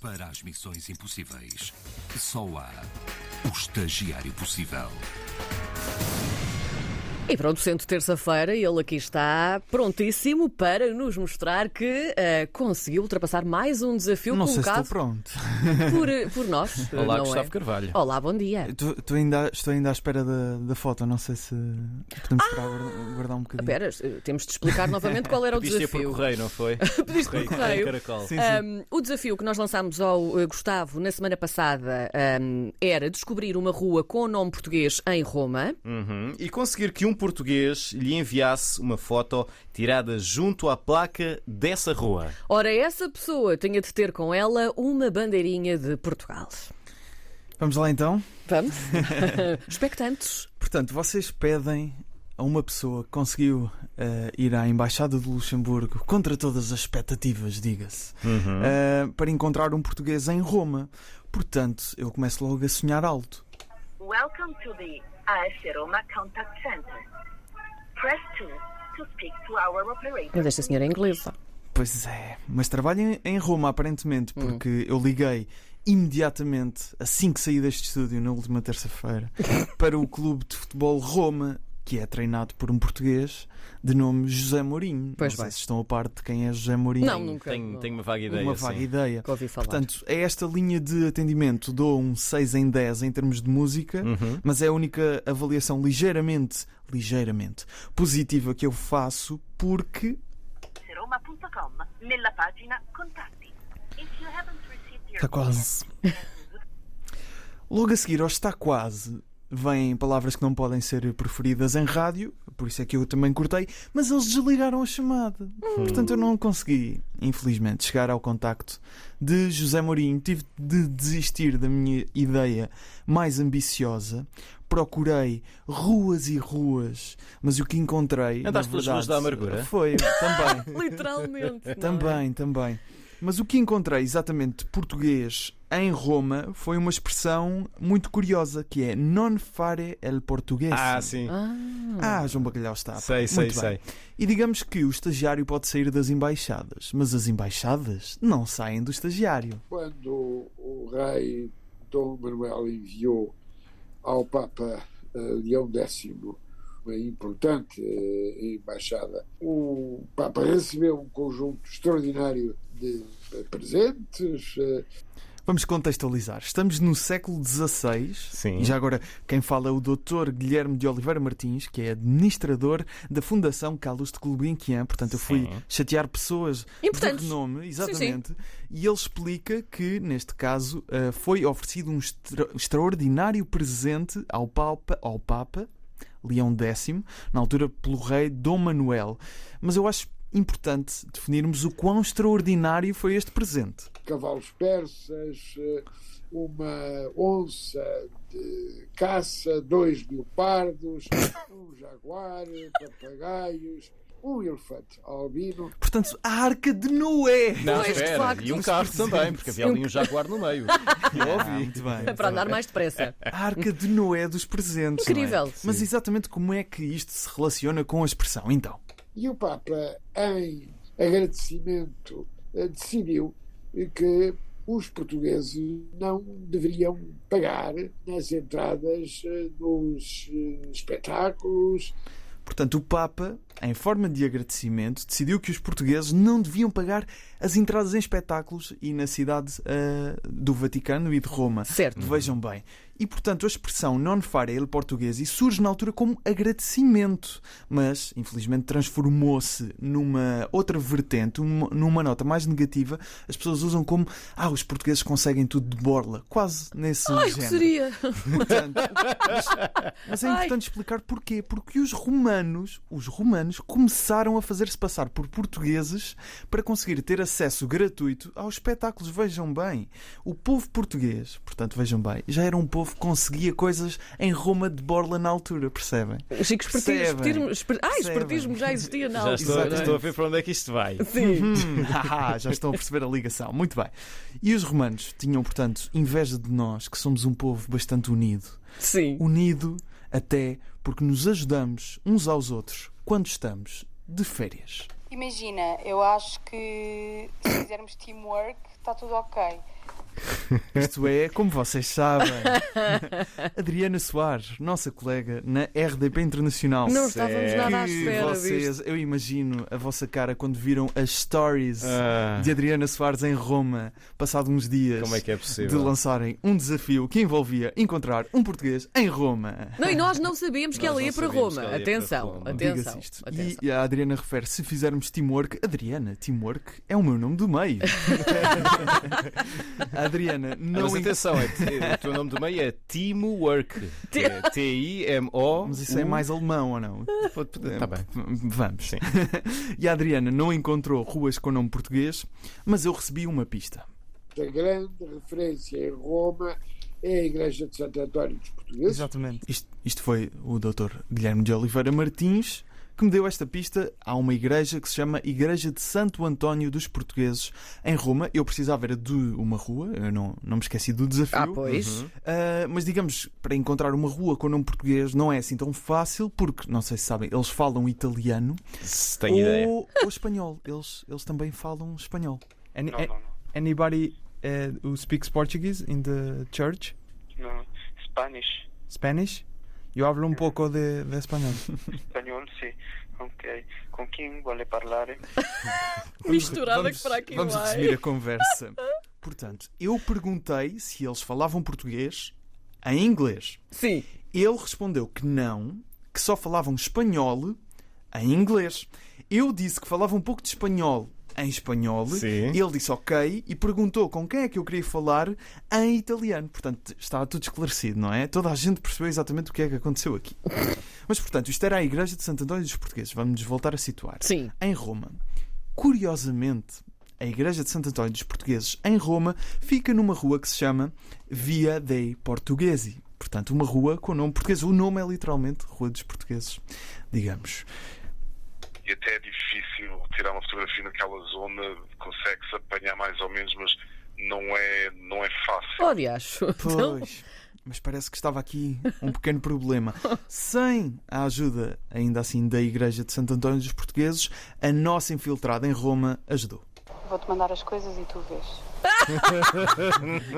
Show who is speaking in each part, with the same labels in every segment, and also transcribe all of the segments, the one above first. Speaker 1: Para as missões impossíveis, só há o estagiário possível.
Speaker 2: E pronto, sendo terça-feira, ele aqui está prontíssimo para nos mostrar que eh, conseguiu ultrapassar mais um desafio
Speaker 3: Não sei se estou
Speaker 2: colocado
Speaker 3: pronto.
Speaker 2: por, eh, por nós.
Speaker 4: Olá,
Speaker 2: não
Speaker 4: Gustavo
Speaker 2: é?
Speaker 4: Carvalho.
Speaker 2: Olá, bom dia.
Speaker 3: Tu- tu ainda, estou ainda à espera da, da foto, não sei se podemos esperar guarda- guardar um bocadinho.
Speaker 2: Espera, eh, temos de explicar novamente qual era o
Speaker 4: Pediste por
Speaker 2: desafio.
Speaker 4: correio, não foi?
Speaker 2: Pediste por
Speaker 4: Correio
Speaker 2: correio.
Speaker 4: Caracol.
Speaker 3: Sim, sim.
Speaker 2: Um, o desafio que nós lançámos ao eh, Gustavo na semana passada um, era descobrir uma rua com o nome português em Roma.
Speaker 4: Uhum. E conseguir que um português lhe enviasse uma foto tirada junto à placa dessa rua.
Speaker 2: Ora, essa pessoa tinha de ter com ela uma bandeirinha de Portugal.
Speaker 3: Vamos lá então.
Speaker 2: Vamos? Expectantes.
Speaker 3: Portanto, vocês pedem a uma pessoa que conseguiu eh, ir à Embaixada de Luxemburgo, contra todas as expectativas, diga-se, eh, para encontrar um português em Roma. Portanto, eu começo logo a sonhar alto.
Speaker 5: Welcome to the AS Roma Contact Center. Press 2 to speak to our operator.
Speaker 2: Mas esta senhora é inglesa.
Speaker 3: Pois é, mas trabalho em- em Roma aparentemente,
Speaker 2: Hum.
Speaker 3: porque eu liguei imediatamente, assim que saí deste estúdio, na última terça-feira, para o clube de futebol Roma, que é treinado por um português de nome José Mourinho.
Speaker 2: Pois
Speaker 3: Não
Speaker 2: bem.
Speaker 3: sei se estão a parte de quem é José Mourinho.
Speaker 2: Não, nunca.
Speaker 4: Tenho,
Speaker 2: não.
Speaker 4: tenho uma vaga ideia.
Speaker 3: Uma vaga
Speaker 4: sim.
Speaker 3: ideia.
Speaker 2: Que ouvi falar.
Speaker 3: Portanto, é esta linha de atendimento. Dou um 6 em 10 em termos de música,
Speaker 4: Uhum.
Speaker 3: mas é a única avaliação ligeiramente, ligeiramente positiva que eu faço, porque
Speaker 5: E Roma.com nella pagina contatti. If you haven't received your
Speaker 3: Está Tá quase. Logo a seguir, ao está quase, vêm palavras que não podem ser preferidas em rádio, por isso é que eu também cortei, mas eles desligaram a chamada. Portanto, eu não consegui, infelizmente, chegar ao contacto de José Mourinho. Tive de desistir da minha ideia mais ambiciosa. Procurei ruas e ruas, mas o que encontrei. na
Speaker 4: Andaste pelas ruas
Speaker 3: verdade,
Speaker 4: da amargura?
Speaker 3: Foi, também.
Speaker 2: Literalmente. não é?
Speaker 3: Também, também. Mas o que encontrei exatamente de português em Roma foi uma expressão muito curiosa que é non fare el português.
Speaker 4: Ah, sim.
Speaker 2: Hum.
Speaker 3: Ah, João Bacalhau está.
Speaker 4: sei,
Speaker 3: Muito
Speaker 4: sei,
Speaker 3: bem.
Speaker 4: sei.
Speaker 3: E digamos que o estagiário pode sair das embaixadas, mas as embaixadas não saem do estagiário.
Speaker 6: quando o rei Dom Manuel enviou ao Papa eh, Leão X uma importante eh, embaixada, o Papa recebeu um conjunto extraordinário de eh, presentes. eh,
Speaker 3: Vamos contextualizar. Estamos no século XVI.
Speaker 4: Sim.
Speaker 3: E já agora, quem fala é o Dr. Guilherme de Oliveira Martins, que é administrador da Fundação Carlos de Gulbenkian. Portanto, eu fui
Speaker 4: Sim.
Speaker 3: chatear pessoas
Speaker 2: Importantes.
Speaker 3: de renome, exatamente. E ele explica que, neste caso, eh, foi oferecido um extra- extraordinário presente ao Papa, ao Papa Leão X, na altura pelo rei Dom Manuel. Mas eu acho importante definirmos o quão extraordinário foi este presente.
Speaker 6: cavalos persas, eh, uma onça de caça, dois leopardos, um jaguar, papagaios, um elefante albino.
Speaker 3: Portanto, a arca de Noé.
Speaker 4: Não,
Speaker 2: Pois, de
Speaker 4: espera.
Speaker 2: facto.
Speaker 4: E um carro também, porque havia ali um jaguar no meio. Eu
Speaker 3: Ah,
Speaker 4: ouvi.
Speaker 3: muito bem.
Speaker 2: É Para andar mais depressa.
Speaker 3: A arca de Noé dos presentes. não é?
Speaker 2: Incrível.
Speaker 3: Mas exatamente como é que isto se relaciona com a expressão? Então,
Speaker 6: E o Papa, em agradecimento, eh, decidiu que os portugueses não deveriam pagar nas entradas eh, nos eh, espetáculos.
Speaker 3: portanto, o Papa, em forma de agradecimento, decidiu que os portugueses não deviam pagar as entradas em espetáculos e na cidade ah, do Vaticano e de Roma. Uhum.
Speaker 2: Certo.
Speaker 3: Vejam bem. E portanto, a expressão non fare ele português e surge na altura como agradecimento, mas infelizmente transformou-se numa outra vertente, uma- numa nota mais negativa. As pessoas usam como ah, os portugueses conseguem tudo de borla, quase nesse
Speaker 2: Ai, que
Speaker 3: género.
Speaker 2: seria?
Speaker 3: Portanto, mas, mas é
Speaker 2: Ai.
Speaker 3: importante explicar porquê. Porque os romanos, os romanos começaram a fazer-se passar por portugueses para conseguir ter acesso gratuito aos espetáculos. Vejam bem, o povo português, portanto, vejam bem, já era um povo que conseguia coisas em Roma de borla na altura, percebem?
Speaker 2: Chico,
Speaker 3: Percebem.
Speaker 2: espertismo. Esper... Ah,
Speaker 3: Percebem.
Speaker 2: espertismo já existia na
Speaker 4: Já estou,
Speaker 2: altura.
Speaker 3: Exatamente.
Speaker 4: estou a ver para onde é que isto vai.
Speaker 2: Sim.
Speaker 3: Hum, haha, já estão a perceber a ligação. Muito bem. E os romanos tinham, portanto, inveja de nós, que somos um povo bastante unido.
Speaker 2: Sim.
Speaker 3: unido até porque nos ajudamos uns aos outros quando estamos de férias.
Speaker 7: tá
Speaker 8: Imagina, eu acho que se fizermos teamwork está tudo ok.
Speaker 3: Isto é, como vocês sabem, Adriana Soares, nossa colega na RDP Internacional.
Speaker 2: Não estávamos nada à
Speaker 3: Uhum. é Que
Speaker 2: espera, viste?
Speaker 3: vocês, eu imagino a vossa cara quando viram as stories
Speaker 4: Ah,
Speaker 3: de Adriana Soares em Roma, passado uns dias
Speaker 4: como é que é
Speaker 3: de
Speaker 4: possível?
Speaker 3: lançarem um desafio que envolvia encontrar um português em Roma.
Speaker 2: Não, e nós não sabíamos que
Speaker 4: Nós
Speaker 2: ela
Speaker 4: não
Speaker 2: ia para
Speaker 4: sabíamos
Speaker 2: Roma.
Speaker 4: que ela ia para
Speaker 2: Atenção,
Speaker 4: Roma.
Speaker 2: atenção.
Speaker 3: Diga-se isto.
Speaker 2: atenção.
Speaker 3: E a Adriana refere: se fizermos teamwork, Adriana, teamwork é o meu nome do meio. a Adriana
Speaker 4: Ah,
Speaker 3: não
Speaker 4: Mas atenção, é, é- o teu nome do meio é Teamwork. que é T-I-M-O.
Speaker 3: Mas isso é mais alemão ou não?
Speaker 4: Está Tá bem.
Speaker 3: Vamos.
Speaker 4: Sim.
Speaker 3: E a Adriana não encontrou ruas com nome português, mas eu recebi uma pista.
Speaker 6: A grande referência em Roma é a Igreja de Santo António dos Portugueses.
Speaker 8: Exatamente.
Speaker 3: Isto, isto foi o Dr. Guilherme de Oliveira Martins que me deu esta pista. Há uma igreja que se chama Igreja de Santo António dos Portugueses em Roma. Eu precisava era de uma rua, eu não, não me esqueci do desafio.
Speaker 2: Ah, pois.
Speaker 3: Ah, mas digamos, para encontrar uma rua com nome português não é assim tão fácil, porque, não sei se sabem, eles falam italiano
Speaker 4: Se
Speaker 3: ou,
Speaker 4: tem ideia.
Speaker 3: ou espanhol. Eles, eles também falam espanhol.
Speaker 8: Any,
Speaker 9: No, no,
Speaker 8: Anybody
Speaker 3: eh,
Speaker 8: uh, who speaks Portuguese in the church?
Speaker 9: no, no. Spanish,
Speaker 8: Spanish? Eu hablo un poco de,
Speaker 2: é
Speaker 8: de espanhol.
Speaker 9: espanhol, sim. Ok. Com quem vou falar?
Speaker 2: Misturada
Speaker 3: vamos,
Speaker 2: que para aqui
Speaker 3: Vamos
Speaker 2: vai. Ah.
Speaker 3: resumir a conversa. Portanto, eu perguntei se eles falavam português em inglês.
Speaker 2: Sim.
Speaker 3: Ele respondeu que não, que só falavam espanhol em inglês. Eu disse que falava um pouco de espanhol em espanhol.
Speaker 4: Sim.
Speaker 3: Ele disse ok e perguntou com quem é que eu queria falar em italiano. Portanto, está tudo esclarecido, não é? Toda a gente percebeu exatamente o que é que aconteceu aqui. Mas, portanto, isto era a Igreja de Santo António dos Portugueses. Vamos nos voltar a situar
Speaker 2: Sim.
Speaker 3: em Roma. Curiosamente, a Igreja de Santo António dos Portugueses em Roma fica numa rua que se chama Via dei Portuguesi. Portanto, uma rua com nome português. O nome é literalmente Rua dos Portugueses, digamos.
Speaker 10: e até é difícil tirar uma fotografia naquela zona, consegue-se apanhar mais ou menos, mas não é, não é fácil.
Speaker 2: Olha, acho. Então,
Speaker 3: Pois. Mas parece que estava aqui um pequeno problema. Sem a ajuda, ainda assim, da Igreja de Santo António dos Portugueses, a nossa infiltrada em Roma ajudou.
Speaker 7: Vou-te mandar as coisas e tu vês.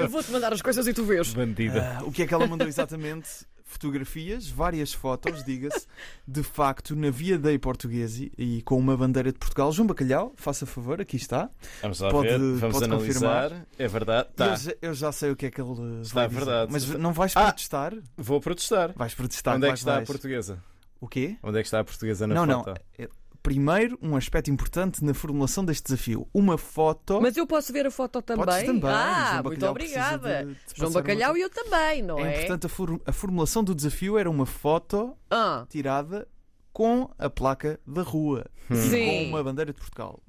Speaker 2: eu vou-te mandar as coisas e tu vês.
Speaker 4: Bandida.
Speaker 3: Ah, o que é que ela mandou exatamente? Fotografias, várias fotos, diga-se, de facto, na Via Dei Portuguesi e com uma bandeira de Portugal. João Bacalhau, faça favor, aqui está.
Speaker 4: Vamos lá
Speaker 3: Pode-
Speaker 4: ver. Vamos
Speaker 3: pode
Speaker 4: analisar. É verdade. Tá.
Speaker 3: Eu, já, eu já sei o que é que ele
Speaker 4: Está
Speaker 3: vai dizer.
Speaker 4: verdade.
Speaker 3: Mas
Speaker 4: Está-
Speaker 3: não vais
Speaker 4: Ah!
Speaker 3: protestar?
Speaker 4: Vou protestar.
Speaker 3: Vais protestar,
Speaker 4: Onde é que
Speaker 3: vais,
Speaker 4: está
Speaker 3: vais.
Speaker 4: a portuguesa?
Speaker 3: O quê?
Speaker 4: Onde é que está a portuguesa na
Speaker 3: não,
Speaker 4: foto?
Speaker 3: não. É- Primeiro, um aspecto importante na formulação deste desafio. Uma foto...
Speaker 2: Mas eu posso ver a foto também?
Speaker 3: Podes também.
Speaker 2: Ah,
Speaker 3: João
Speaker 2: muito
Speaker 3: Bacalhau precisa
Speaker 2: obrigada.
Speaker 3: de- de
Speaker 2: João
Speaker 3: passar uma-
Speaker 2: Bacalhau e eu também, não
Speaker 3: É
Speaker 2: é?
Speaker 3: importante, a, for- a formulação do desafio era uma foto
Speaker 2: Ah,
Speaker 3: tirada com a placa da rua
Speaker 4: Hum.
Speaker 3: e
Speaker 2: Sim.
Speaker 3: com uma bandeira de Portugal.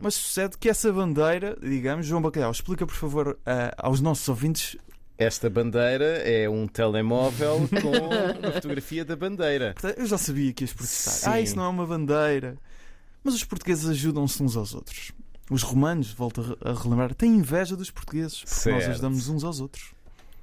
Speaker 3: Mas sucede que essa bandeira, digamos, João Bacalhau, explica por favor ah, aos nossos ouvintes.
Speaker 4: Esta bandeira é um telemóvel com uma fotografia da bandeira.
Speaker 3: Portanto, Eu já sabia que ias protestar.
Speaker 4: Sim.
Speaker 3: Ah, isso não é uma bandeira. Mas os portugueses ajudam-se uns aos outros. Os romanos, volto a re- a relembrar, têm inveja dos portugueses porque nós
Speaker 4: Certo.
Speaker 3: ajudamos uns aos outros.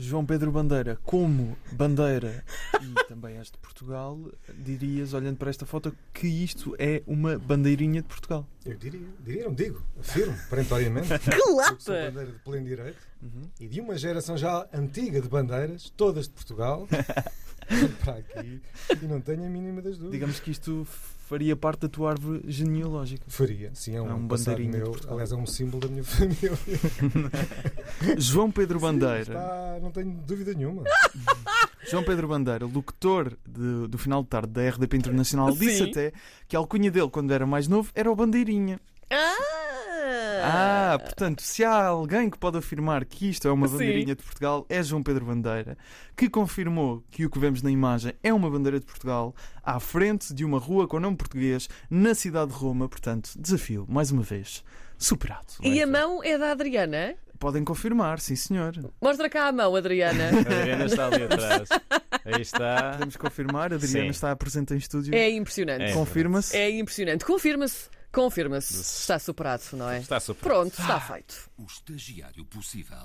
Speaker 8: João Pedro Bandeira, como bandeira e também este de Portugal, dirias, olhando para esta foto, que isto é uma bandeirinha de Portugal.
Speaker 11: Eu diria, diria, não digo, afirmo, perentoriamente,
Speaker 2: que
Speaker 11: que sou
Speaker 2: lata!
Speaker 11: bandeira de pleno direito e de uma geração já antiga de bandeiras, todas de Portugal, para aqui, e não tenho a mínima das dúvidas.
Speaker 8: Digamos que isto faria parte da tua árvore genealógica.
Speaker 11: Faria, sim, é um,
Speaker 3: É um
Speaker 11: passado
Speaker 3: bandeirinha de
Speaker 11: meu,
Speaker 3: Portugal.
Speaker 11: aliás, é um símbolo da minha família.
Speaker 3: João Pedro Bandeira,
Speaker 11: Está, Ah, não tenho dúvida nenhuma.
Speaker 3: João Pedro Bandeira, locutor de- do final de tarde da RDP Internacional, disse
Speaker 2: Sim.
Speaker 3: até que a alcunha dele, quando era mais novo, era o Bandeirinha.
Speaker 2: Ah!
Speaker 3: Ah, portanto, se há alguém que pode afirmar que isto é uma
Speaker 2: Sim.
Speaker 3: bandeirinha de Portugal, é João Pedro Bandeira, que confirmou que o que vemos na imagem é uma bandeira de Portugal à frente de uma rua com nome português na cidade de Roma. Portanto, desafio, mais uma vez, superado.
Speaker 2: E a mão é da Adriana?
Speaker 3: Podem confirmar, sim senhor.
Speaker 2: Mostra cá a mão, Adriana.
Speaker 4: A Adriana está ali atrás. Aí está.
Speaker 3: Podemos confirmar, a Adriana
Speaker 4: Sim.
Speaker 3: está presente em estúdio.
Speaker 2: É impressionante.
Speaker 3: Confirma-se.
Speaker 2: É impressionante. Confirma-se. Confirma-se. Está superado, não é?
Speaker 4: Está super.
Speaker 2: Pronto, está feito.
Speaker 1: O estagiário possível.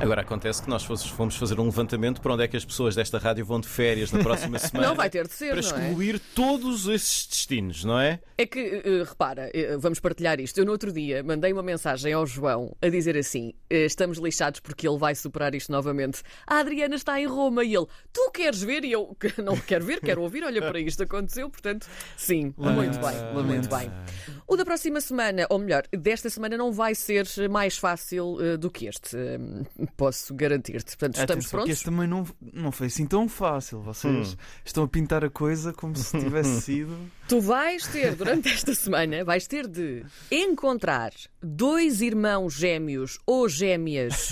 Speaker 4: Agora acontece que nós fos- fomos fazer um levantamento para onde é que as pessoas desta rádio vão de férias na próxima semana.
Speaker 2: Não vai ter de ser,
Speaker 4: Para
Speaker 2: não é?
Speaker 4: excluir todos esses destinos, não é?
Speaker 2: É que, eh, repara, eh, vamos partilhar isto. Eu no outro dia mandei uma mensagem ao João a dizer assim: eh, estamos lixados porque ele vai superar isto novamente. A Adriana está em Roma e ele, tu queres ver? E eu "Que- não quero ver, quero ouvir, olha para isto, aconteceu, portanto, sim, muito bem, muito bem. O da próxima semana, ou melhor, desta semana não vai ser mais fácil eh, do que este, eh, posso garantir-te. Portanto, estamos
Speaker 3: Atenção, É, que
Speaker 2: prontos.
Speaker 3: este também não, não foi assim tão fácil. Vocês
Speaker 2: Hum.
Speaker 3: estão a pintar a coisa como se tivesse sido.
Speaker 2: Tu vais ter, durante esta semana, vais ter de encontrar dois irmãos gêmeos ou gêmeas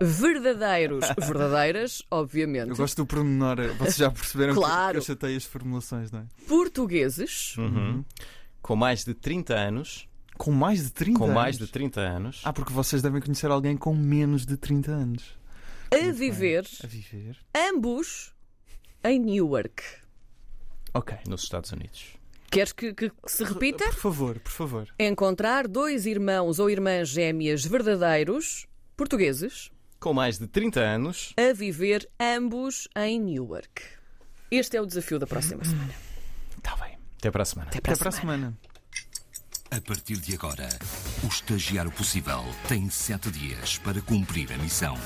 Speaker 2: verdadeiros, verdadeiras, obviamente,
Speaker 3: Eu gosto do pormenor. eh, Vocês já perceberam que-
Speaker 2: Claro.
Speaker 3: que eu chatei as formulações, não é?
Speaker 2: portugueses.
Speaker 4: Uhum. Com mais de 30 anos.
Speaker 3: Com mais de 30
Speaker 4: Com mais
Speaker 3: anos?
Speaker 4: de 30 anos.
Speaker 3: Ah, porque vocês devem conhecer alguém com menos de 30 anos.
Speaker 2: A viver,
Speaker 3: A viver.
Speaker 2: ambos em Newark.
Speaker 3: Ok.
Speaker 4: Nos Estados Unidos.
Speaker 2: Queres que, que- que se repita?
Speaker 3: Por favor, por favor.
Speaker 2: Encontrar dois irmãos ou irmãs gêmeas verdadeiros, portugueses,
Speaker 4: Com mais de 30 anos.
Speaker 2: a viver ambos em Newark. Este é o desafio da próxima semana.
Speaker 4: Até para a semana.
Speaker 2: Até É para a Até para a semana.
Speaker 1: A partir de agora, o Estagiário Possível tem sete dias para cumprir a missão.